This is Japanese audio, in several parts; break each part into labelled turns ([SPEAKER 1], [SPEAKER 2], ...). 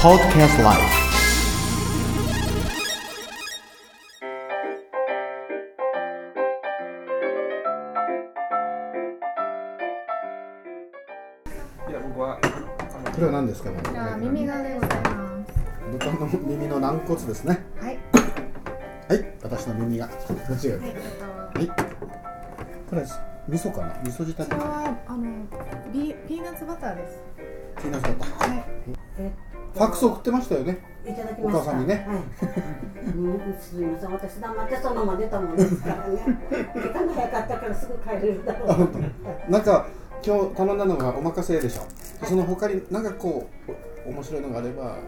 [SPEAKER 1] Podcast Life
[SPEAKER 2] いや、僕は、あ
[SPEAKER 1] これは何ですかね
[SPEAKER 3] じゃあ耳側でございます。
[SPEAKER 1] 豚の耳の軟骨ですね
[SPEAKER 3] はい。
[SPEAKER 1] はい私の耳が間違え
[SPEAKER 3] はい。えっと、
[SPEAKER 1] たはいこれは味噌かな味噌
[SPEAKER 3] こ
[SPEAKER 1] 舌
[SPEAKER 3] ちらはあのビピーナッツバターです。
[SPEAKER 1] 気になっちゃったフ
[SPEAKER 3] はい。
[SPEAKER 4] え
[SPEAKER 1] ァックス送ってましたよね
[SPEAKER 4] いただきました
[SPEAKER 1] お母さんにね
[SPEAKER 4] はい、うんすみません私黙ってそのまま出たもんですからね時間が早かったからすぐ帰れるだろう
[SPEAKER 1] あ本当なんか今日頼んだのがお任せでしょその他になんかこうお面白いのがあれば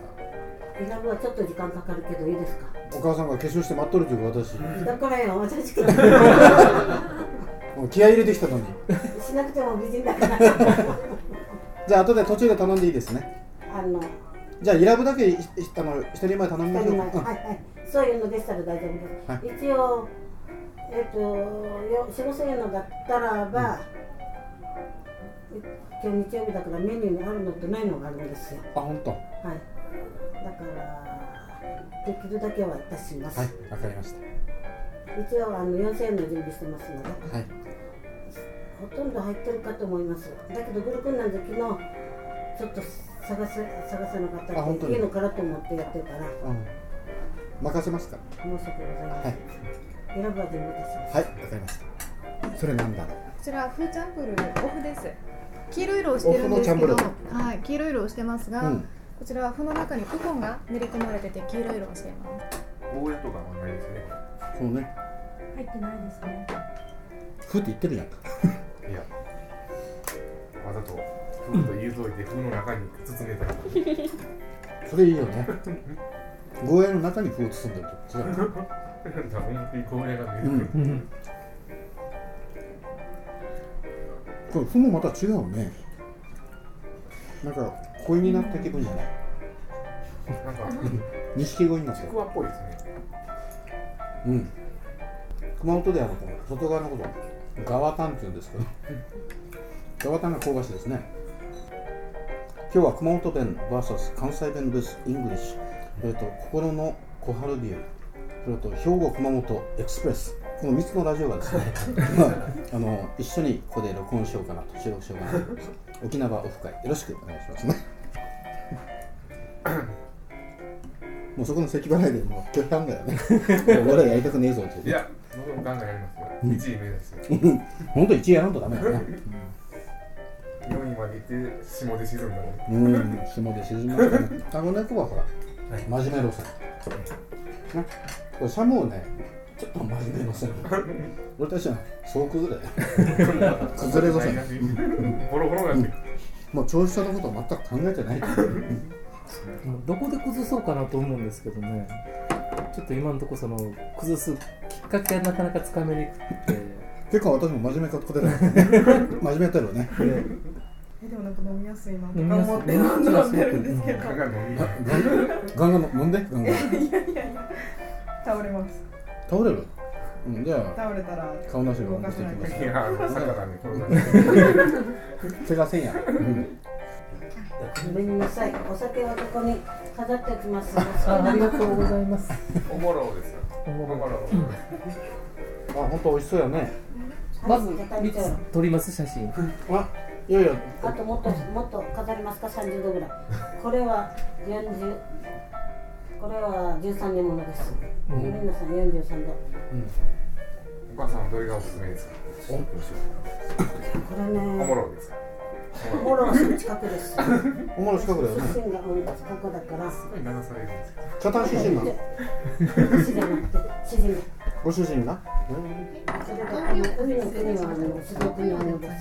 [SPEAKER 4] 選ぶはちょっと時間かかるけどいいですか
[SPEAKER 1] お母さんが化粧して待っとるという私
[SPEAKER 4] だからよ私から
[SPEAKER 1] もう気合い入れてきたのに
[SPEAKER 4] しなくても美人だから
[SPEAKER 1] じゃあ後で途中で頼んでいいですね
[SPEAKER 4] あの二
[SPEAKER 1] じゃあイラブだけいあの一人前頼みましょ
[SPEAKER 4] 人
[SPEAKER 1] う
[SPEAKER 4] 前はい
[SPEAKER 1] か
[SPEAKER 4] はいそういうのでしたら大丈
[SPEAKER 1] は
[SPEAKER 4] 夫です、一応えっ、とよ四五千円のだったらば、今日日曜日だからメニューにあるのとないのがあるんですよ
[SPEAKER 1] あ本当。
[SPEAKER 4] はい。だから、できるだけは出します。
[SPEAKER 1] はいわかりました
[SPEAKER 4] 一応、あの、4000円の準備してますので、
[SPEAKER 1] はい
[SPEAKER 4] ほとんど入ってるかと思います。だけど、グルクンなんて昨日、ちょっと探せ、探せなかった
[SPEAKER 1] あ本当に
[SPEAKER 4] ので、いいのかなと思ってやってるから、
[SPEAKER 1] うん任せますか
[SPEAKER 4] 申し訳ございません。選ぶは準備いたします。
[SPEAKER 1] はいわかりましたそれなんだろう
[SPEAKER 3] こちらフーチャンプルーのオフです。黄色い色をしてるんです
[SPEAKER 1] オ
[SPEAKER 3] け
[SPEAKER 1] フ
[SPEAKER 3] ど、
[SPEAKER 1] のチャン
[SPEAKER 3] はい、黄色い色をしてますが、
[SPEAKER 1] うん
[SPEAKER 3] こちらはフの中にウコンが練り込まれてて黄色い色をしています。
[SPEAKER 2] ゴーヤとかはないですね。
[SPEAKER 1] そうね
[SPEAKER 5] 入ってないですね。
[SPEAKER 1] ふって言ってるじゃん
[SPEAKER 2] いや、わざと、ふうと言うといて、ふの中に包めたり。
[SPEAKER 1] それいいよねゴーヤの中にふを包んでると違う
[SPEAKER 2] だから本当にゴーヤが
[SPEAKER 1] う
[SPEAKER 2] 見えてくる。
[SPEAKER 1] んこれふもまた違うねなんか恋になった気分じゃない
[SPEAKER 2] なんか、
[SPEAKER 1] 錦鯉になっ
[SPEAKER 2] ち
[SPEAKER 1] てる
[SPEAKER 2] くわっぽいですね。
[SPEAKER 1] うん熊本ではあのこの外側のことガワタンって言うんですけどガワタンが香ばしいですね今日は熊本弁 VS 関西弁ですイングリッシュそれと心の小春日和それと兵庫熊本エクスプレスこの3つのラジオがですね まああの一緒にここで録音しようかなと収録しようかなと沖縄オフ会よろしくお願いしますねもうそこの咳払いでもう拒否反だよね もう俺らやりたくねえぞって
[SPEAKER 2] いや、僕もガンガンやりますよ。1位目指して。
[SPEAKER 1] 本当一1位やらんとダメだな
[SPEAKER 2] 4位まで行って、下で沈んだね。
[SPEAKER 1] うん下で沈みますねタゴネコはほら、
[SPEAKER 2] はい
[SPEAKER 1] 真面目路線なこれシャムをねちょっと真面目路線俺たちは総崩れ崩れ路線
[SPEAKER 2] ボロボロなんで。
[SPEAKER 1] もう調子さんのことを全く考えてない
[SPEAKER 6] どこで崩そうかなと思うんですけどねちょっと今のところその崩すきっかけがなかなかつかめにくく
[SPEAKER 1] 結構私も真面目かっこ出ない 真面目やったよね
[SPEAKER 6] てで
[SPEAKER 3] えでもなんか飲みやすいなと
[SPEAKER 6] 飲みやすい
[SPEAKER 3] 思って飲んでるんですけど、
[SPEAKER 2] ガンガン飲み。
[SPEAKER 1] ガンガンガン飲んでガンガン
[SPEAKER 3] 倒れます。
[SPEAKER 1] 倒れる、うん、じゃあ
[SPEAKER 3] 倒れたら
[SPEAKER 1] 顔なしで動かしていきましょ
[SPEAKER 2] いや、あの、坂田ね、この
[SPEAKER 1] う手がせんや、うん、
[SPEAKER 4] ごめんなさい。お酒はここに飾っておきます。
[SPEAKER 6] あありがとうございます
[SPEAKER 2] おもろですよ。
[SPEAKER 6] お
[SPEAKER 2] おも
[SPEAKER 6] もろ
[SPEAKER 2] ろ。
[SPEAKER 1] あ本当美味しそうやね
[SPEAKER 6] まず
[SPEAKER 4] じゃあ食べ
[SPEAKER 6] 3
[SPEAKER 4] ちゃおう
[SPEAKER 6] つ撮ります写真
[SPEAKER 1] あいやいや
[SPEAKER 4] あともっともっと飾りますか30度ぐらいこれは40これは13年ものです、
[SPEAKER 6] うん
[SPEAKER 4] 皆さん43度
[SPEAKER 2] お母さんはどれがおすすめですかおも
[SPEAKER 4] これね
[SPEAKER 2] ろですか
[SPEAKER 4] モロはすぐ近くです出
[SPEAKER 1] おもろ近くだよね
[SPEAKER 4] 身がうん近くだから
[SPEAKER 2] すごい流されるんですよ。
[SPEAKER 1] 片足新聞
[SPEAKER 4] 私じゃなくて知人
[SPEAKER 1] ご主人が
[SPEAKER 4] それであの海の国はあの静岡にあるんです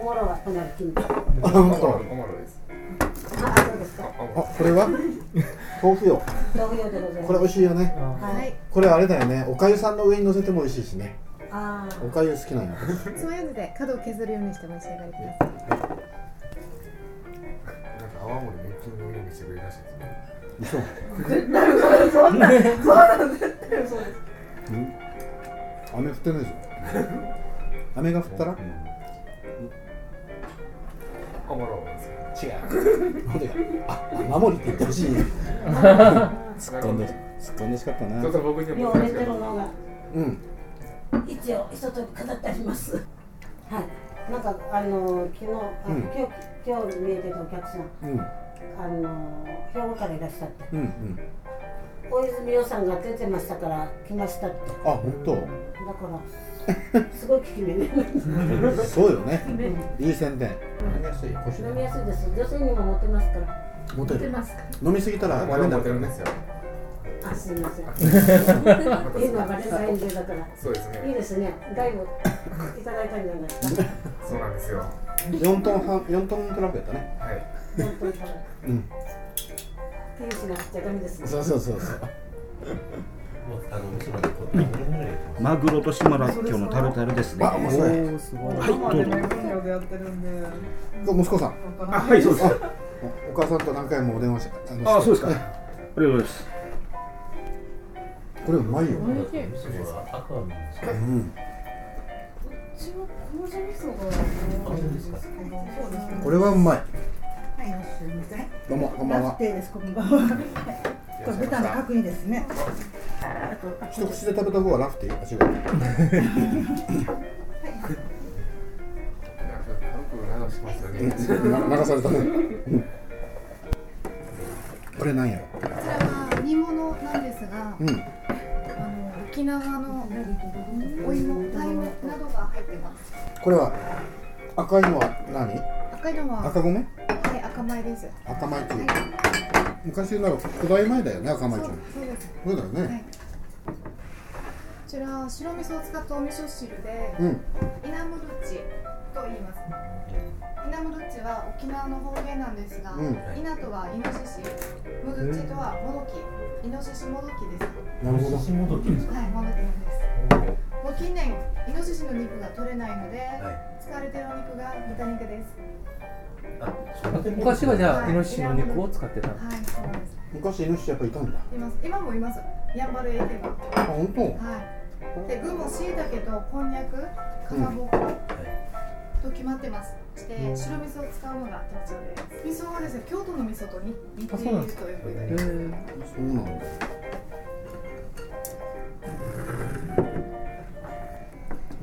[SPEAKER 4] おもろはこの近所あ
[SPEAKER 1] あ
[SPEAKER 2] お
[SPEAKER 1] 本
[SPEAKER 2] もろ
[SPEAKER 1] 当。
[SPEAKER 2] です。
[SPEAKER 4] あそうですか
[SPEAKER 2] おも
[SPEAKER 1] あ
[SPEAKER 2] ろ。
[SPEAKER 1] これは豆腐よ
[SPEAKER 4] 豆腐用でございます
[SPEAKER 1] これ美味しいよね
[SPEAKER 6] あ
[SPEAKER 4] はい
[SPEAKER 1] これあれだよねおかゆさんの上に乗せても美味しいしね
[SPEAKER 4] あー
[SPEAKER 1] おかゆ好きなんや
[SPEAKER 3] つまようじで角を削るようにして召し上がりください。
[SPEAKER 2] なんか泡盛めっちゃ飲むようにしてくれるらしいですね。
[SPEAKER 1] 嘘うん雨降ってないぞ雨が降ったら
[SPEAKER 2] おもろです
[SPEAKER 1] 違う
[SPEAKER 2] よ。
[SPEAKER 1] やなんでやあ守りって言ってほしい突っ込んで突っ込んでしかった
[SPEAKER 2] ちょっ
[SPEAKER 1] な
[SPEAKER 2] と僕に
[SPEAKER 4] よ
[SPEAKER 2] も
[SPEAKER 4] う売れてるのが
[SPEAKER 1] うん
[SPEAKER 4] 一応一通り飾ってありますはいなんかあの昨日あ、
[SPEAKER 1] うん
[SPEAKER 4] 今日今日見えてたお客さん
[SPEAKER 1] うん
[SPEAKER 4] あの兵庫からいらっしゃって
[SPEAKER 1] うんうん
[SPEAKER 4] 大泉洋さんが出てましたから来ましたって
[SPEAKER 1] あ本
[SPEAKER 4] だ からすごい効き目ね
[SPEAKER 1] 当そうよねいい宣伝飲みやすい腰
[SPEAKER 4] 飲みやすいです女性にもモテますから
[SPEAKER 1] モテ
[SPEAKER 3] 出
[SPEAKER 1] る
[SPEAKER 3] ますか
[SPEAKER 1] 飲みすぎたらダ
[SPEAKER 2] ま
[SPEAKER 1] メ
[SPEAKER 2] だ
[SPEAKER 1] だ
[SPEAKER 2] 持てるんですよ。
[SPEAKER 4] あすみません
[SPEAKER 2] また
[SPEAKER 4] 今バレンタインデーだから
[SPEAKER 2] そうです
[SPEAKER 4] いい
[SPEAKER 2] ね。
[SPEAKER 4] ですねだいぶいただいたんじゃないですか
[SPEAKER 2] そうなんですよ。は
[SPEAKER 1] 4トン半4トントラックやったね
[SPEAKER 2] い。
[SPEAKER 4] 本当にから
[SPEAKER 1] うん
[SPEAKER 4] 天使が来ちゃダメですね
[SPEAKER 1] そうそうそうそう
[SPEAKER 7] もうあのむしろこう何年ぐらいやってます
[SPEAKER 8] マグロと島らっきょうのタルタルですね。
[SPEAKER 1] あ面白い
[SPEAKER 6] おーすごい
[SPEAKER 8] はい、どうぞ。
[SPEAKER 9] でやってるんで、わ
[SPEAKER 1] 息子さん
[SPEAKER 9] から
[SPEAKER 8] あ、
[SPEAKER 9] ない
[SPEAKER 8] はい、そうです。
[SPEAKER 1] お母さんと何回もお電話しの
[SPEAKER 8] あ、そうです
[SPEAKER 1] し
[SPEAKER 8] か。ありがとうございます。
[SPEAKER 1] てこれうまいよ、
[SPEAKER 3] 美味しい
[SPEAKER 7] 味噌はアクアなんですか
[SPEAKER 1] うん、
[SPEAKER 9] 一応こじ味噌が
[SPEAKER 7] あそうですか
[SPEAKER 9] そうですね。
[SPEAKER 1] これはうまい
[SPEAKER 9] はい、いらっしゃいませ。
[SPEAKER 1] どうもこんばん
[SPEAKER 9] ラ
[SPEAKER 1] は
[SPEAKER 9] フテーです、こんばんは。これベタな
[SPEAKER 2] あ
[SPEAKER 9] 角煮ですね。あと、
[SPEAKER 1] 一口で食べた方がラフっていうか違う
[SPEAKER 2] なんか軽く流しますよね。
[SPEAKER 1] な流されたねうんこれなんやろ
[SPEAKER 10] こちらは煮物なんですが、
[SPEAKER 1] うん
[SPEAKER 10] あの沖縄のお芋、タイムなどが入ってます。
[SPEAKER 1] これは赤いのは
[SPEAKER 10] 赤いのは
[SPEAKER 1] 何赤米
[SPEAKER 10] はい赤米です。
[SPEAKER 1] 赤米って
[SPEAKER 10] はい
[SPEAKER 1] いう、昔なら古代米だよね赤米っ
[SPEAKER 10] そう
[SPEAKER 1] ていうの
[SPEAKER 10] そうです。こ
[SPEAKER 1] そうだよね、
[SPEAKER 10] ちら白味噌を使ったお味噌汁で、
[SPEAKER 1] うん
[SPEAKER 10] イナムルッチと言います。イナムルッチは沖縄の方言なんですが、
[SPEAKER 1] うん
[SPEAKER 10] イナとはイノシシ、ムルッチとはモドキ、イノシシモドキです。
[SPEAKER 1] なるほど
[SPEAKER 7] 寿司もどきですか
[SPEAKER 10] はい、モドキなんです。もう近年イノシシの肉が取れないので、
[SPEAKER 7] はい
[SPEAKER 10] 使われてるお肉が豚肉です。
[SPEAKER 7] あそうですね
[SPEAKER 6] 昔はじゃあイノシシの肉を使ってた
[SPEAKER 10] はい、そうです。
[SPEAKER 1] 昔イノシシやっぱいたんだ
[SPEAKER 10] います。今もいます。やんばるエイテル。は
[SPEAKER 1] あ本当
[SPEAKER 10] い。で、具も椎茸とこんにゃく、かまぼこ、と決まってます。で、白味噌を使うのが特徴です。味噌はですね、京都の味噌とに似ているというふうに。
[SPEAKER 6] へー
[SPEAKER 1] そうなんだ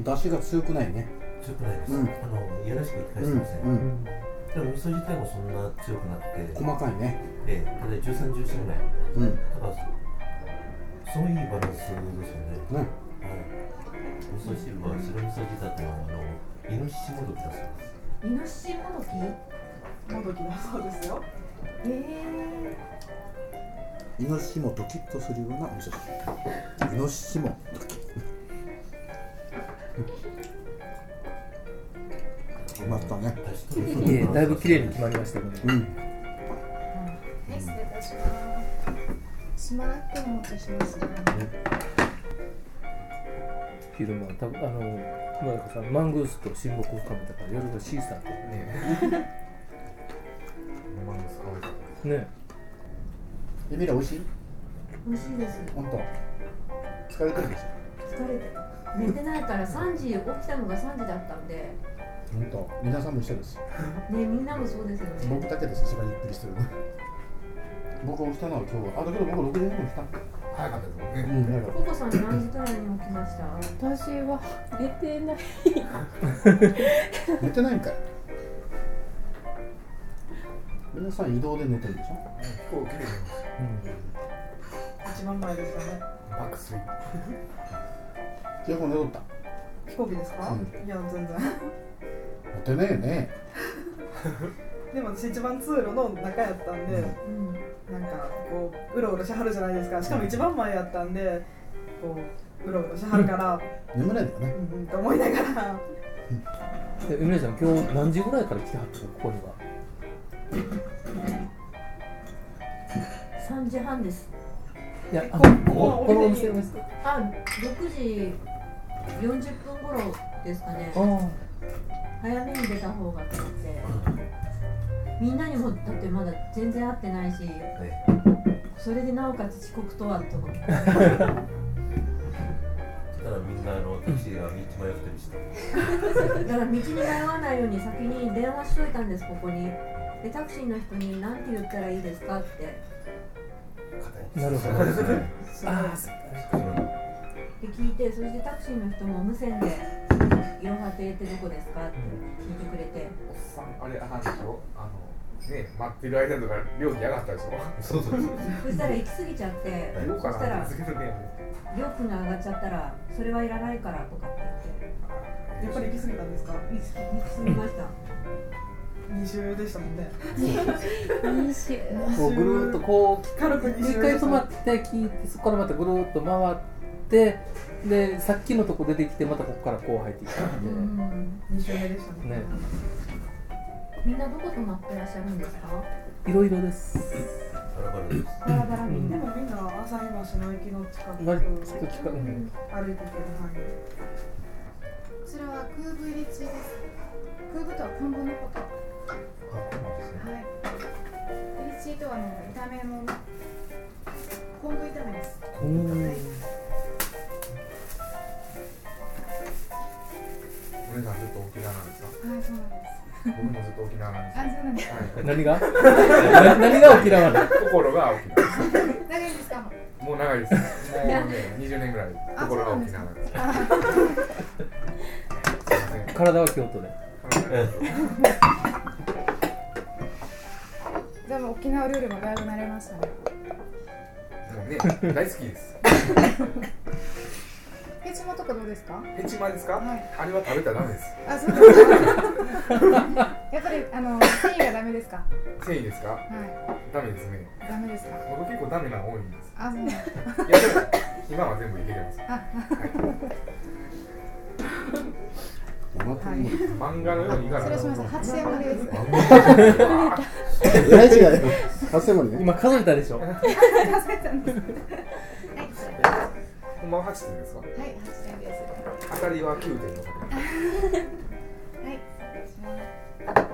[SPEAKER 1] 出汁が強くないね
[SPEAKER 7] 強くないです、
[SPEAKER 1] うん
[SPEAKER 7] あのいやらしく言い返
[SPEAKER 1] う
[SPEAKER 7] して
[SPEAKER 1] ん
[SPEAKER 7] ません、
[SPEAKER 1] うん
[SPEAKER 7] でも味噌自体もそんな強くなくて
[SPEAKER 1] 細かいね
[SPEAKER 7] ええただ13、14ぐらい
[SPEAKER 1] うんね
[SPEAKER 7] だからすごいいいバランスですよねはい味噌汁は白味噌仕立てのあのイノシシもどきだそうです
[SPEAKER 5] イノシシモドキ
[SPEAKER 9] もどきだそうですよ。
[SPEAKER 5] ええ
[SPEAKER 1] イノシシもドキッとするようなお味噌汁イノシシもドキッ決まったね
[SPEAKER 6] いえだいぶ綺麗に決まりましたけどね
[SPEAKER 1] うん
[SPEAKER 10] はい、失礼いたします。しまらってお持ちしますね。
[SPEAKER 6] 昼間たあの村中さんマングースと親睦を深めたから夜はシーサーと
[SPEAKER 2] ね。飲まんですか。
[SPEAKER 6] ね
[SPEAKER 1] エビラ美味しい
[SPEAKER 5] 美味しいです
[SPEAKER 1] 本当疲れてるでし
[SPEAKER 5] 疲れてた寝てないから3時起きたのが3時だったんで
[SPEAKER 1] ょ本当皆さんも一緒です
[SPEAKER 5] ねみんなもそうですよね
[SPEAKER 1] 僕だけです一番ゆっくり してるの僕起きたのは今日はあだけど僕6時半に起きた
[SPEAKER 2] 早かったですもんね。
[SPEAKER 1] うんだから
[SPEAKER 5] ココさん何時くらいに起きました
[SPEAKER 3] 私は寝てない
[SPEAKER 1] 寝てないんかい皆さん移動で寝てるでしょ
[SPEAKER 2] 飛行機で
[SPEAKER 9] 一番前ですかね。
[SPEAKER 2] バックスイー
[SPEAKER 1] 結構寝とった
[SPEAKER 9] 飛行機ですか、
[SPEAKER 1] う
[SPEAKER 9] いや、全然。
[SPEAKER 1] 寝てねえね
[SPEAKER 9] でも私一番通路の中やったんで、
[SPEAKER 5] うん
[SPEAKER 9] なんかこう、うろうろしはるじゃないですか。しかも一番前やったんで、こう、うろうろしはるから、
[SPEAKER 1] 眠れんだよ
[SPEAKER 9] う
[SPEAKER 1] ね
[SPEAKER 9] んうんと思いながら、
[SPEAKER 6] え梅ちゃん今日何時ぐらいから来てはったのここには
[SPEAKER 5] 3時半です
[SPEAKER 6] いや
[SPEAKER 9] え
[SPEAKER 6] あ
[SPEAKER 9] こ
[SPEAKER 6] の
[SPEAKER 9] こ
[SPEAKER 6] こ
[SPEAKER 9] こ
[SPEAKER 6] のお
[SPEAKER 9] のお
[SPEAKER 6] 店
[SPEAKER 9] 店
[SPEAKER 6] の
[SPEAKER 9] に
[SPEAKER 6] 人あ
[SPEAKER 5] あ6時40分頃ですかね
[SPEAKER 6] あ
[SPEAKER 5] 早めに出た方がと思ってみんなにもだってまだ全然会ってないしそれでなおかつ遅刻とはと思って
[SPEAKER 7] ただみんなあのタクシーが道迷ってる人
[SPEAKER 5] だから道に迷わないように先に電話しといたんですここにでタクシーの人に何て言ったらいいですかって
[SPEAKER 6] なるほど。あ
[SPEAKER 5] で聞いてそしてタクシーの人も無線で「いろは亭ってどこですか?」って聞いてくれて
[SPEAKER 2] おっさんあれあかんでしょあのね待ってる間とか料金上がったでしょそうそう
[SPEAKER 5] そしたら行き過ぎちゃって
[SPEAKER 2] どう
[SPEAKER 5] そ
[SPEAKER 2] か
[SPEAKER 5] した
[SPEAKER 2] な
[SPEAKER 5] ら
[SPEAKER 2] 続けるね
[SPEAKER 5] 料金が上がっちゃったら「それはいらないから」とかって
[SPEAKER 9] やっぱり行き過ぎたんですか
[SPEAKER 5] 言って行き過ぎました
[SPEAKER 9] 二周でしたもんね
[SPEAKER 3] 二周
[SPEAKER 6] あ。こうぐるーっとこう
[SPEAKER 9] 軽く二
[SPEAKER 6] 一
[SPEAKER 9] 周
[SPEAKER 6] 回止まって聞いてそこからまたぐるーっと回ってでさっきのとこ出てきてまたここからこう入ってきたんで、
[SPEAKER 9] 二周目でしたね
[SPEAKER 6] ね
[SPEAKER 5] みんなどこ泊まってらっしゃるんですか
[SPEAKER 6] いろいろです。
[SPEAKER 7] バラバラです。
[SPEAKER 9] バラバラ
[SPEAKER 6] うん
[SPEAKER 9] にでもみんな朝日橋の駅の近く
[SPEAKER 6] 割と近くに
[SPEAKER 9] 歩いていける範囲で
[SPEAKER 10] こちらは空部入り中です空部とは昆布のことはい入りチートはあの炒め物昆布炒めです
[SPEAKER 2] 俺がずっと沖縄なんですよ
[SPEAKER 10] はいそうなんです
[SPEAKER 2] 僕もずっと沖縄なんですよ
[SPEAKER 10] あそうなんです
[SPEAKER 2] はい
[SPEAKER 6] 何が な何が沖縄なの
[SPEAKER 2] 心が沖縄
[SPEAKER 10] 長いですかも
[SPEAKER 2] もう長いです。もうね、20年ぐらい心が沖縄なんです。すいません。
[SPEAKER 6] 体は京都で
[SPEAKER 10] でも沖縄ルールもだいぶ慣れました
[SPEAKER 2] も
[SPEAKER 10] ね
[SPEAKER 2] うね、大好きです。
[SPEAKER 10] ヘチマとかどうですか
[SPEAKER 2] ヘチマですか？あれは食べたらダメです。
[SPEAKER 10] あ、そうです かやっぱりあの繊維がダメですか
[SPEAKER 2] 繊維ですか？
[SPEAKER 10] は
[SPEAKER 2] ダメですね。
[SPEAKER 10] いダメですか
[SPEAKER 2] 僕結構ダメなの多いんです。
[SPEAKER 10] あ、そうなんです
[SPEAKER 2] いやでも今は全部いけてます。
[SPEAKER 10] あ
[SPEAKER 2] 漫画のようにいかな
[SPEAKER 10] 失礼しました八千盛りです
[SPEAKER 1] えらい違いよ。8000までね。
[SPEAKER 6] 今数えたでしょ
[SPEAKER 10] 忘れたんですはい、それは
[SPEAKER 2] ほんまは8点ですか？
[SPEAKER 10] い、八千です
[SPEAKER 2] 当たりは9点とか
[SPEAKER 10] はい、失礼します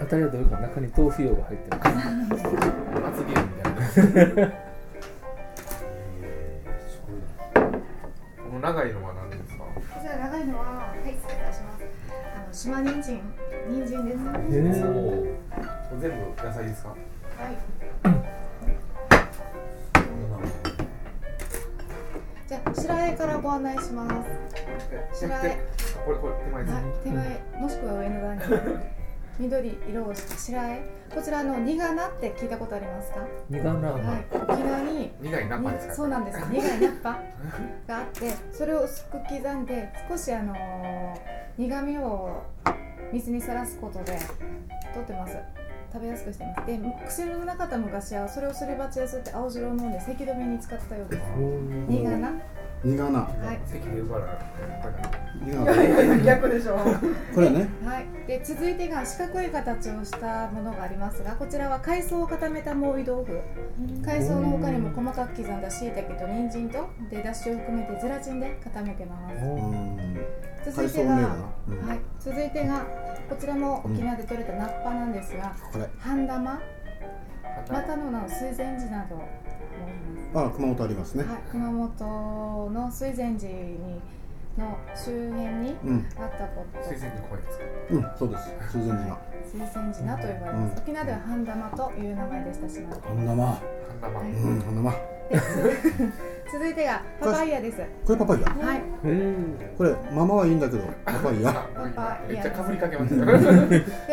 [SPEAKER 6] 当たりはどういうか中に豆腐用が入ってる
[SPEAKER 2] で。罰ゲームみたいな。
[SPEAKER 7] えーすごいな
[SPEAKER 2] この長いのは何ですか？
[SPEAKER 10] じゃあ長いのは、はい、失礼いたします。あの島人参、人参です。
[SPEAKER 6] へー
[SPEAKER 2] おー全部野菜ですか？
[SPEAKER 10] はい。じゃあ白あえからご案内します。は
[SPEAKER 2] え
[SPEAKER 10] 知らん
[SPEAKER 2] 手これこれ手前です。
[SPEAKER 10] い、手前もしくは上 の段に緑色をした白あえ。こちらのニガナって聞いたことありますか？
[SPEAKER 6] 苦な
[SPEAKER 10] はい。沖縄に
[SPEAKER 2] 苦いナッパですか？
[SPEAKER 10] そうなん です。苦いナッパがあって、それを薄く刻んで、少しあの苦味を水にさらすことで取ってます。食べやすくしてます。で、薬のなかった昔はそれをすり鉢ですって青汁を飲んで咳止めに使ってたようです。苦な。は
[SPEAKER 1] 苦な。
[SPEAKER 10] い。
[SPEAKER 2] 席で奪われたから。
[SPEAKER 1] 苦な。
[SPEAKER 9] 逆でしょ
[SPEAKER 1] これね。
[SPEAKER 10] はい。で、続いてが四角い形をしたものがありますが、こちらは海藻を固めた猛威豆腐。海藻の他にも細かく刻んだ椎茸と人参と、で、だしを含めてゼラチンで固めてます。
[SPEAKER 1] うん。
[SPEAKER 10] 続いて
[SPEAKER 1] 海藻
[SPEAKER 10] が、
[SPEAKER 1] ねえなうん
[SPEAKER 10] はい、続いてがこちらも沖縄で採れたナッパなんですが、
[SPEAKER 1] これ。
[SPEAKER 10] 半玉、またの名の水前寺などもあります
[SPEAKER 1] あ、熊本ありますね。
[SPEAKER 10] はい、熊本の水前寺にの周辺に
[SPEAKER 1] うん。
[SPEAKER 10] あったこと
[SPEAKER 2] 水仙に怖いですか？
[SPEAKER 1] うん、そうです。水前寺。
[SPEAKER 10] 水前寺なと呼ばれます、
[SPEAKER 1] うん
[SPEAKER 10] 沖縄では半玉という名前で親しまれてい
[SPEAKER 1] 半生。
[SPEAKER 2] 半玉。
[SPEAKER 10] はい
[SPEAKER 1] うん、半生。
[SPEAKER 10] ます続いてがパパイヤです
[SPEAKER 1] これパパイヤ。
[SPEAKER 10] はい、
[SPEAKER 1] これ、ママはいいんだけど、パパイヤ。
[SPEAKER 10] パ
[SPEAKER 2] めっちゃかぶり
[SPEAKER 10] で
[SPEAKER 2] かけますね。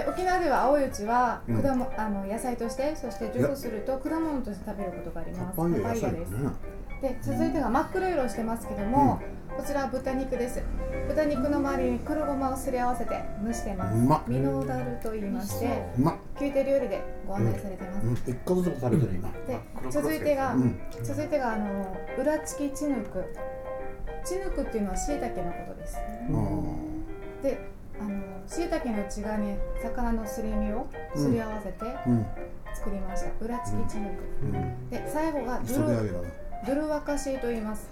[SPEAKER 10] 沖縄では青いうちは
[SPEAKER 1] うん
[SPEAKER 10] 果物、あの野菜としてそして熟すると果物として食べることがあり
[SPEAKER 1] パ
[SPEAKER 10] ます
[SPEAKER 1] パイヤ野
[SPEAKER 10] パ
[SPEAKER 1] 菜だ
[SPEAKER 10] パイ
[SPEAKER 1] ね
[SPEAKER 10] ヤ。で続いてが真っ黒い色をしてますけども、こちらは豚肉です豚肉の周りに黒ごまをすり合わせて蒸してま
[SPEAKER 1] うまっ
[SPEAKER 10] すミノーダルと言いまして
[SPEAKER 1] うまっ。
[SPEAKER 10] 宮廷料理でご案内されてます、
[SPEAKER 1] うん、一個ずつも食べてる今。
[SPEAKER 10] で
[SPEAKER 2] 黒
[SPEAKER 10] 続いてが、
[SPEAKER 1] うん。
[SPEAKER 10] 続いてがあの裏チキチヌクチヌクっていうのは椎茸のことですであの椎茸の血がね魚のすり身をすり合わせて
[SPEAKER 1] うん。
[SPEAKER 10] 作りました、裏チキチヌク
[SPEAKER 1] うん。
[SPEAKER 10] で最後が
[SPEAKER 1] 急
[SPEAKER 10] ド
[SPEAKER 1] ぎ揚
[SPEAKER 10] ゥ
[SPEAKER 1] げ
[SPEAKER 10] ル
[SPEAKER 1] だね。
[SPEAKER 10] ドゥルワカシーと言います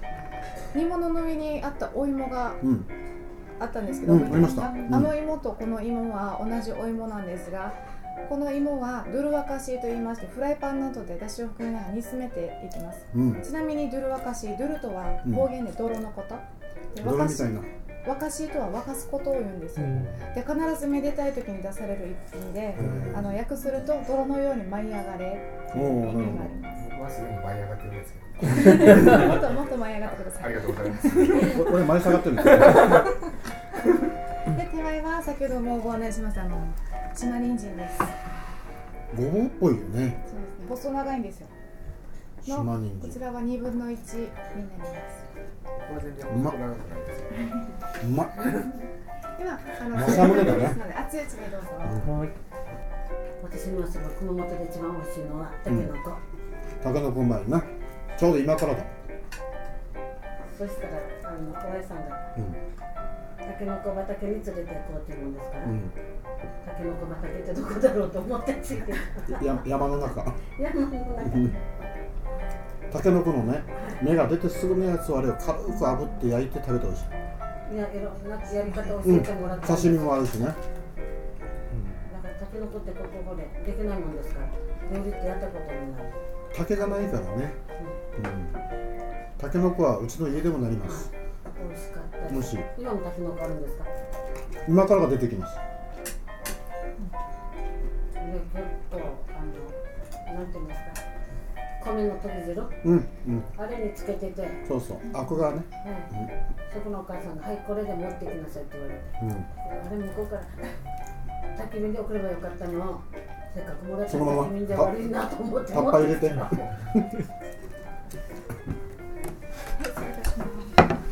[SPEAKER 10] 煮物の上にあったお芋が
[SPEAKER 1] うん。
[SPEAKER 10] あったんですけど、
[SPEAKER 1] うん、ありました。うん
[SPEAKER 10] あの芋とこの芋は同じお芋なんですがこの芋はドゥルワカシーと言いましてフライパンなどで出汁を含めながら煮詰めていきます
[SPEAKER 1] うん。
[SPEAKER 10] ちなみにドゥルワカシードゥルとは
[SPEAKER 1] うん
[SPEAKER 10] 方言で泥のこと、で
[SPEAKER 1] ドラ
[SPEAKER 10] ワカ
[SPEAKER 1] み
[SPEAKER 10] シ
[SPEAKER 1] たいな。
[SPEAKER 10] 沸かしとは沸かすことを言うんですよ、
[SPEAKER 6] うん
[SPEAKER 10] で必ずめでたい時に出される一品で、
[SPEAKER 2] うん
[SPEAKER 10] あの訳すると泥のように舞い上がれっていう意味があります
[SPEAKER 2] 僕はすでに舞い上がってるんですけど。
[SPEAKER 10] もっともっと舞い上がってください
[SPEAKER 2] ありがとうございます。
[SPEAKER 1] お俺舞い下がってるんですよ
[SPEAKER 10] で手前は先ほどもご案内しましたあの島人参です
[SPEAKER 1] ごぼうっぽいよね
[SPEAKER 10] そうですね細長いんですよの
[SPEAKER 1] 島人
[SPEAKER 10] こち
[SPEAKER 1] 参
[SPEAKER 10] らは2分の1になります
[SPEAKER 2] 僕は全然細く長くないです。
[SPEAKER 1] うまっ
[SPEAKER 10] ではあの
[SPEAKER 1] 正宗だね
[SPEAKER 10] ですので熱いうちにどうぞ、
[SPEAKER 6] はい
[SPEAKER 4] 私にはその熊本で一番美味しいのはタケノコ、
[SPEAKER 1] たけのこうまいなちょうど今からだ
[SPEAKER 4] そしたらあのおやさんが
[SPEAKER 1] うん
[SPEAKER 4] タケノコ畑に連れて行こうって言うんですから、
[SPEAKER 1] うん
[SPEAKER 4] タケノコ畑ってどこだろうと思ってつ いて
[SPEAKER 1] や山の中
[SPEAKER 4] 山の中
[SPEAKER 1] たけのこのね芽が出てすぐのやつをあれを軽く炙って焼いて食べてほしい
[SPEAKER 4] いやいろんなやり方を
[SPEAKER 1] う
[SPEAKER 4] 教え
[SPEAKER 1] ん
[SPEAKER 4] てもらって、
[SPEAKER 1] 刺身もあるしね
[SPEAKER 4] だからタケノコってここまでできないもんですから料理ってやったこともない
[SPEAKER 1] 竹がないからねうんたけのこはうちの家でもなります
[SPEAKER 4] 美味しかったです
[SPEAKER 1] 美味しい
[SPEAKER 4] 今もタケノコあるんですかね
[SPEAKER 1] 今からが出てきます
[SPEAKER 4] 結構あのなんて言うんですか米の時汁
[SPEAKER 1] うんうん
[SPEAKER 4] あれにつけてて、うん、
[SPEAKER 1] そうそうアクがね
[SPEAKER 4] そこのお母さんが「はいこれで持ってきなさい」って言われて
[SPEAKER 1] うん
[SPEAKER 4] あれ向こうから焚き火で送ればよかったのをせっかくもらった
[SPEAKER 1] そのまま
[SPEAKER 4] 焚き火じゃ悪いなと思って
[SPEAKER 1] タッパ入れて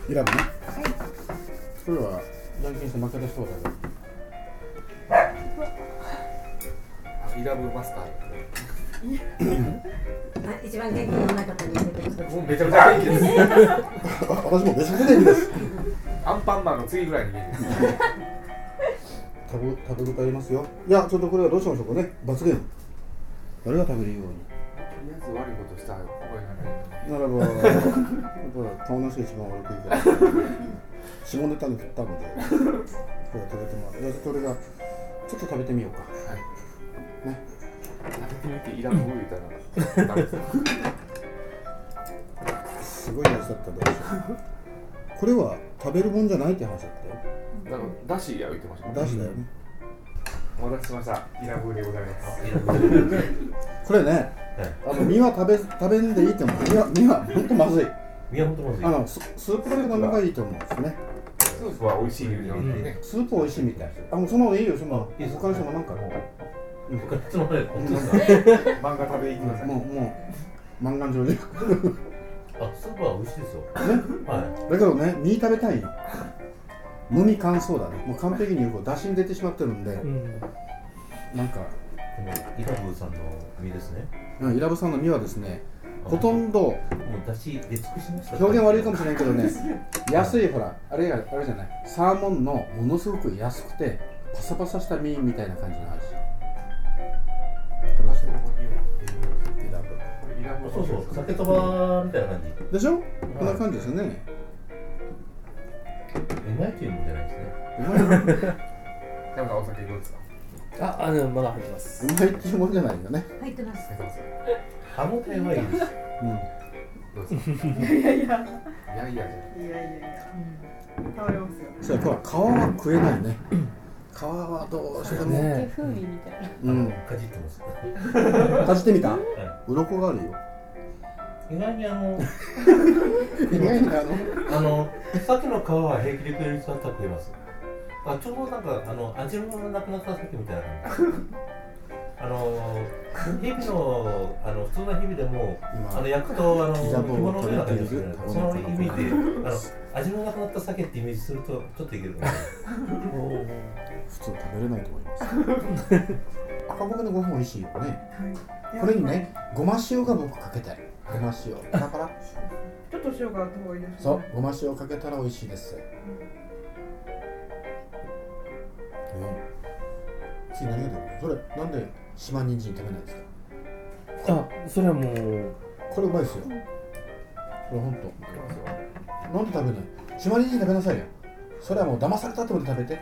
[SPEAKER 1] 選ぶねそれはじゃんけんして負けた人は食べる
[SPEAKER 2] イラブマスター。
[SPEAKER 4] あ一番元気のなかったに入れてください
[SPEAKER 2] もうめちゃめちゃ元気です。
[SPEAKER 1] あ 私もめちゃくちゃ元気です
[SPEAKER 2] アンパンマンの次ぐらいに元気です。
[SPEAKER 1] 食べ食べ応えありますよいやちょっとこれはどうしましょうかね罰ゲーム誰が食べるように
[SPEAKER 2] とりあえず悪いことしたら覚え
[SPEAKER 1] な
[SPEAKER 2] がない。
[SPEAKER 1] らば、やっぱ顔なしが一番悪くいいから。 下ネタに振ったので、これは食べてもらう。じゃあこれが、ちょっと食べてみようか。
[SPEAKER 2] 食べてみてイラブ言うたらダメです。
[SPEAKER 1] すごいやつだったんだこれは食べるもんじゃないって話だったよ。
[SPEAKER 2] なんかだしや言ってました。
[SPEAKER 1] 出しだよね。
[SPEAKER 2] お待たせしました。イラブでございます。
[SPEAKER 1] これね、あの身は食べ食べんでいいと思う。身は、身は本当まずい。
[SPEAKER 7] 宮本まずい
[SPEAKER 1] あのススープだけ飲めばいいと思うんですね。
[SPEAKER 2] スープは美味しいですよね。
[SPEAKER 1] スープ美味しいみたい。あ、もうその方がいいよ、その。
[SPEAKER 7] いいです
[SPEAKER 1] 他の人もなんかも
[SPEAKER 7] 僕はつまらない本当ですか
[SPEAKER 2] 漫画食べに行きま
[SPEAKER 1] う、もう、もう、漫画上で。
[SPEAKER 7] あスープは美味し いですよは
[SPEAKER 1] だけどね、身食べたいの。飲み乾燥だね。もう完璧にこう出汁に出てしまってるんで
[SPEAKER 6] う、ん
[SPEAKER 1] なんか、
[SPEAKER 7] いこのイラブーさんの身ですね
[SPEAKER 1] うん、イラブさんの身はですね、ほと
[SPEAKER 7] も
[SPEAKER 1] んど
[SPEAKER 7] う出汁出尽くしました
[SPEAKER 1] 表現悪いかもしれないけどね、安いほら、あれがあれじゃない、サーモンのものすごく安くてパサパサした身みたいな感じの味。食べましたよイラブ
[SPEAKER 2] イラブ
[SPEAKER 7] そうそう酒とばみたいな感じ
[SPEAKER 1] でしょ？こんな感じですよね。
[SPEAKER 7] うまいというもんじゃないですね
[SPEAKER 1] うまいうまい
[SPEAKER 2] なんかお酒どうですか。
[SPEAKER 6] あ、あのまだ入ってます
[SPEAKER 1] っていうもんじゃないんだね。
[SPEAKER 5] 入ってます
[SPEAKER 7] 歯応えはいいです
[SPEAKER 1] う
[SPEAKER 2] どうですか。
[SPEAKER 9] いやいや
[SPEAKER 2] いやい
[SPEAKER 9] いや
[SPEAKER 2] や。
[SPEAKER 9] いやいや食べます
[SPEAKER 1] ん。そ
[SPEAKER 9] よ
[SPEAKER 1] うや、ほら皮は食えないね。皮はどうしても、
[SPEAKER 6] ね
[SPEAKER 10] 風味みたいな
[SPEAKER 1] うん、
[SPEAKER 7] かじってます
[SPEAKER 1] かじってみた？鱗があるよ。
[SPEAKER 7] 意外にあの
[SPEAKER 1] 意外にあの。
[SPEAKER 7] あの鮭の皮は平気で食える人だったら食えますあちょうどなんかあの味のなくなった鮭みたいな感じあの蛇のあの普通の蛇でもあの
[SPEAKER 1] 今
[SPEAKER 7] 焼くとあの
[SPEAKER 1] ピ
[SPEAKER 7] 干
[SPEAKER 1] ザ棒
[SPEAKER 7] 物のような感じがす
[SPEAKER 1] 食べ
[SPEAKER 7] る
[SPEAKER 1] てる
[SPEAKER 7] そのイメージであの味のなくなった鮭ってイメージするとちょっといけるかもし
[SPEAKER 1] 普通食べれないと思います。赤米のご飯美味しいよね。これにね、ごま塩が僕かけたい。ごま塩。パラパラ。
[SPEAKER 9] ちょっと塩があった方がいいですね
[SPEAKER 1] そう、ごま塩かけたら美味しいです。ね、次何が出るの？それなんで島人参食べないんですか？
[SPEAKER 6] あ、それはもう
[SPEAKER 1] これうまいですよ。これ本当。なんで食べない？島人参食べなさいよ。それはもう騙されたってことで食べて。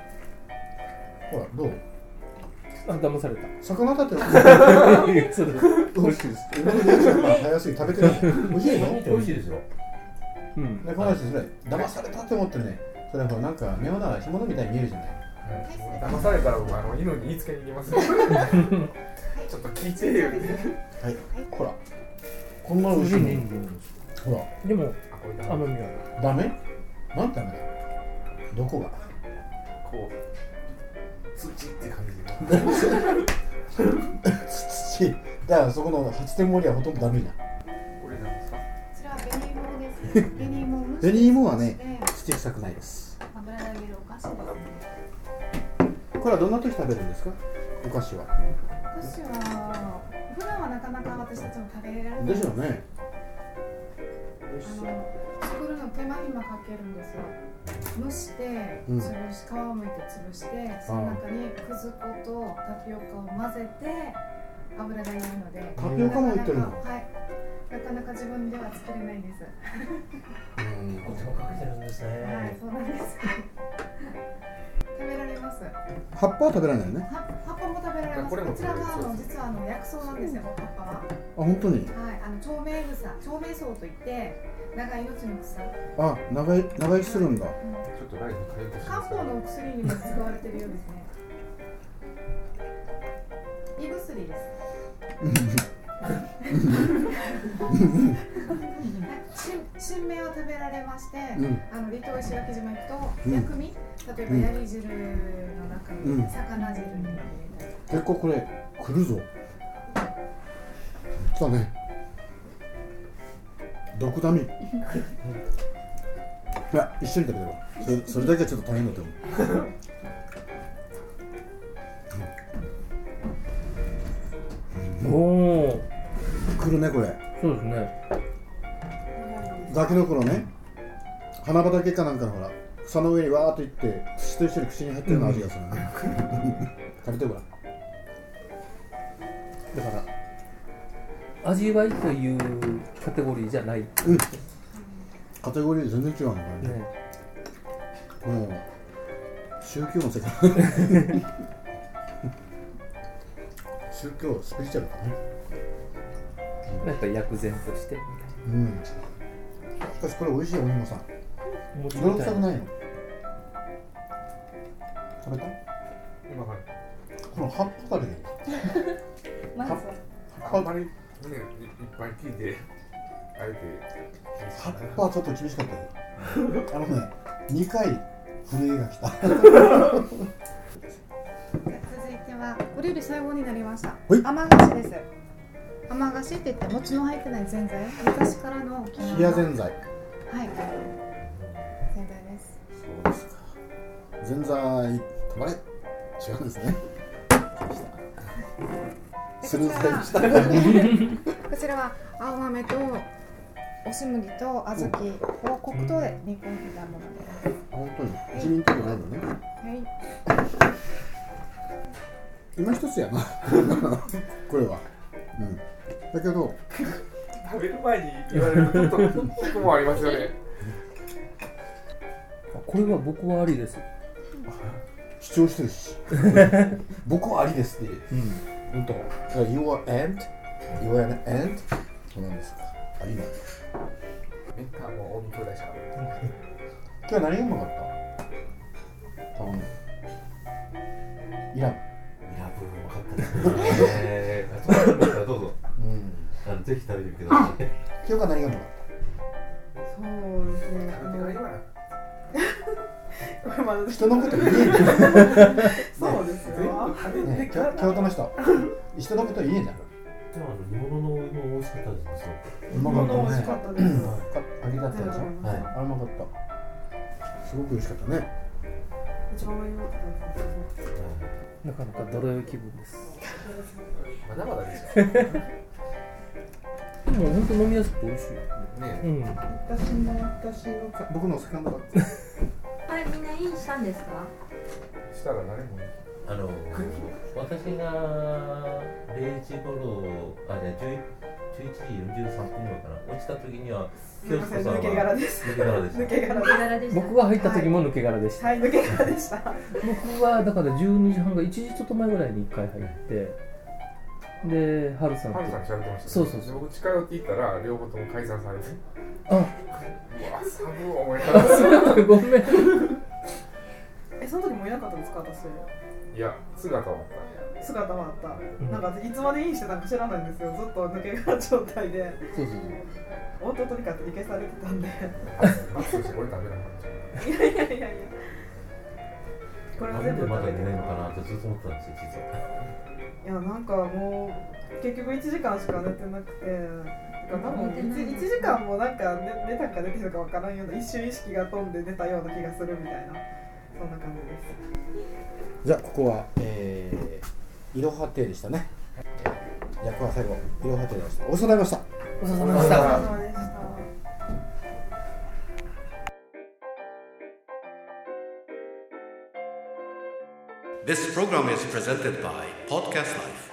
[SPEAKER 1] ほらどう？
[SPEAKER 6] あ、騙された
[SPEAKER 1] 魚だって。
[SPEAKER 6] それ美味しいです
[SPEAKER 1] 今の姉ちゃんが早すぎて食べてない。美味しい
[SPEAKER 7] れ
[SPEAKER 1] の
[SPEAKER 7] ない？美味しいですよ
[SPEAKER 6] うん
[SPEAKER 1] ね、この人ですね、騙されたって思ってね、それはほらなんか妙な干物みたいに見えるじゃない
[SPEAKER 2] 騙されたら僕あの犬に言いつけに行きますよちょっと聞いてよ
[SPEAKER 1] はいほらこんなの美味しいのほら
[SPEAKER 6] でも甘みがある
[SPEAKER 1] ダメなんてダメだどこが
[SPEAKER 2] こう土って感じが
[SPEAKER 1] 土だからそこの八点盛りはほとんどダメじゃん
[SPEAKER 2] これなんですか
[SPEAKER 10] ちらは紅芋です。紅芋を蒸して
[SPEAKER 1] 紅芋はね土臭くないです
[SPEAKER 10] 油で揚げるお菓子で
[SPEAKER 1] これはどんな時食べるんですかお菓子は
[SPEAKER 10] すね。私は普段はなかなか私たちも食べれられない。
[SPEAKER 1] でしょうね
[SPEAKER 10] あの作るの手間暇かけるんですよ蒸して
[SPEAKER 1] うん
[SPEAKER 10] 潰し、皮をむいて潰してその中にくず粉とタピオカを混ぜて油がいるので
[SPEAKER 1] タピオカも入ってるの
[SPEAKER 10] なかなかはいなかなか自分では作れないんです
[SPEAKER 1] うん
[SPEAKER 7] こっちもかけてるんです
[SPEAKER 10] はい
[SPEAKER 7] ね。
[SPEAKER 10] そうなんです食べられます
[SPEAKER 1] 葉っぱは食べられないよね
[SPEAKER 10] 葉葉っぱも食べられます
[SPEAKER 2] こ
[SPEAKER 10] こ
[SPEAKER 2] れも
[SPEAKER 10] ちらがあ
[SPEAKER 2] そう
[SPEAKER 10] の
[SPEAKER 2] です
[SPEAKER 10] 実はあの薬草なんですよ葉っぱは
[SPEAKER 1] あ本当に
[SPEAKER 10] はいあの長命草長命草といって長い命の草
[SPEAKER 1] あ長い長生きするんだ
[SPEAKER 2] ちょっとライフ変えてしまっ
[SPEAKER 10] 漢方のお薬にも使われてるようですね。胃薬です。し新芽は食べられまして、
[SPEAKER 1] うん
[SPEAKER 10] あの離島石垣島行くと、
[SPEAKER 1] うん
[SPEAKER 10] 薬味例えばヤリ汁の中に、
[SPEAKER 1] うん
[SPEAKER 10] 魚汁に入れたり
[SPEAKER 1] 結構これ来るぞ来たね毒ダ ミいや一緒に食べればそれそれだけはちょっと大変だと思う
[SPEAKER 6] おお
[SPEAKER 1] 来るねこれ
[SPEAKER 6] そうですね
[SPEAKER 1] ガキの頃ね花畑かなんかのほら草の上にわーっと行って土と一緒に口に入ってるような味がするね 借りてごらん
[SPEAKER 6] だから味わいというカテゴリーじゃないね
[SPEAKER 1] カテゴリー全然違うのこれねもう宗教 の世界宗教スペシャルかね
[SPEAKER 6] なんか薬膳として
[SPEAKER 1] うんしかしこれ美味しいお芋さん
[SPEAKER 6] もち
[SPEAKER 1] 泥臭くないの食べた
[SPEAKER 2] 今から
[SPEAKER 1] この葉っぱが出て
[SPEAKER 10] まずは
[SPEAKER 2] あんまりねいいっぱい聞いてあえて
[SPEAKER 1] 葉っぱはちょっと厳しかったよあのね2回震えが来た
[SPEAKER 10] 続いてはお料理最後になりました
[SPEAKER 1] ほい
[SPEAKER 10] 甘菓子です甘菓子って言って餅の入ってないぜんざい昔からの沖縄の
[SPEAKER 1] 冷やぜんざい
[SPEAKER 10] はいぜんざいです
[SPEAKER 1] そうですかぜんざい止まれ違うんですね
[SPEAKER 10] で
[SPEAKER 1] スルーズでした
[SPEAKER 10] こちらは青豆とおしむぎと小豆を黒糖で煮込んだものです。
[SPEAKER 1] 本当に一人とかないのね
[SPEAKER 10] はい、
[SPEAKER 1] 今一つやなこれはうんだけど
[SPEAKER 2] 食べる前に言われると聞くもありますよね
[SPEAKER 6] あこれは僕はありです
[SPEAKER 1] 主張してる し僕はありですって
[SPEAKER 6] うん
[SPEAKER 1] 本当だから You are and You are an and そうなんですかありなんだ
[SPEAKER 2] めったもう大見兄弟者
[SPEAKER 1] 今日何がうまかった頼むいらん
[SPEAKER 7] ミラブルも分かったですね。あそうなんですかどうぞ。
[SPEAKER 1] うん
[SPEAKER 7] あのぜひ食べてみてください。
[SPEAKER 1] 今日が何がうまかっ
[SPEAKER 9] そうですね。あ
[SPEAKER 2] 食べてない
[SPEAKER 9] の
[SPEAKER 2] わな
[SPEAKER 9] これまだ
[SPEAKER 1] た人のこと言えんじゃん
[SPEAKER 9] そうです
[SPEAKER 2] 全
[SPEAKER 9] よ。
[SPEAKER 2] 部 食べて
[SPEAKER 1] ね
[SPEAKER 2] か
[SPEAKER 1] 京
[SPEAKER 2] ら
[SPEAKER 1] 京都の人人のこと言えんじゃん
[SPEAKER 7] でもあの煮物のお芋美味しかったですね。
[SPEAKER 1] うま
[SPEAKER 9] 本当美味しかったです。
[SPEAKER 7] すごく
[SPEAKER 1] か揚げだったでしょ
[SPEAKER 7] はい。はい。
[SPEAKER 1] あれうまかったすごく美味しかったね
[SPEAKER 9] 一番良かったです。
[SPEAKER 6] なかなか泥酔気分です
[SPEAKER 2] まだまだですよ
[SPEAKER 6] でも本当飲みやすくて美味しい
[SPEAKER 2] ね
[SPEAKER 6] うん
[SPEAKER 1] 私の私のか僕のセカンドだ
[SPEAKER 5] あれみんないいしたんですか
[SPEAKER 2] したら誰も
[SPEAKER 7] あの私が0時頃あじゃ11時43分頃かな落ちた時には
[SPEAKER 9] すみません、抜け殻です。
[SPEAKER 7] 抜け殻でした
[SPEAKER 9] 抜。け
[SPEAKER 5] 抜
[SPEAKER 9] 殻で
[SPEAKER 5] け
[SPEAKER 9] す。
[SPEAKER 5] 殻でした
[SPEAKER 6] 僕が入った時も抜け殻でした、
[SPEAKER 9] はい、抜け殻でした。
[SPEAKER 6] 僕はだから12時半が1時ちょっと前ぐらいに1回入ってでハルさんと
[SPEAKER 2] ハルさんに調べてましたね
[SPEAKER 6] そうそうそう
[SPEAKER 2] 僕近寄って行ったら両方とも解散されて
[SPEAKER 6] あ
[SPEAKER 2] うわ寒い思いなが
[SPEAKER 6] あそうだごめん
[SPEAKER 9] もいなかったですか私
[SPEAKER 2] いや姿はあっ
[SPEAKER 9] 姿はあった、なんかいつまでインしてたか知らないんですよずっと抜け殻状態で
[SPEAKER 1] たそうそうそう
[SPEAKER 9] オートトリカって消されてたんで
[SPEAKER 2] マスクして俺食べなかった
[SPEAKER 9] いやいやいやいやこれは
[SPEAKER 7] な
[SPEAKER 9] 全
[SPEAKER 7] ん
[SPEAKER 9] 部
[SPEAKER 7] でまだ
[SPEAKER 9] 食
[SPEAKER 7] い
[SPEAKER 9] べ
[SPEAKER 7] けない
[SPEAKER 9] てる
[SPEAKER 7] のかなってずっと思ってたんですよ実はい
[SPEAKER 9] やなんかもう結局1時間しか寝てなくてだから多分 1, 時間もなんか寝寝たか寝てるかわからんような一瞬意識が飛んで寝たような気がするみたいなそんな感じです
[SPEAKER 1] じゃあここはえー、いろは亭でしたねじゃあここは最後いろは亭でしたお世話になりました
[SPEAKER 6] ごちそうさまでした
[SPEAKER 9] お疲れ様でした
[SPEAKER 11] This program is presented by Podcast Life.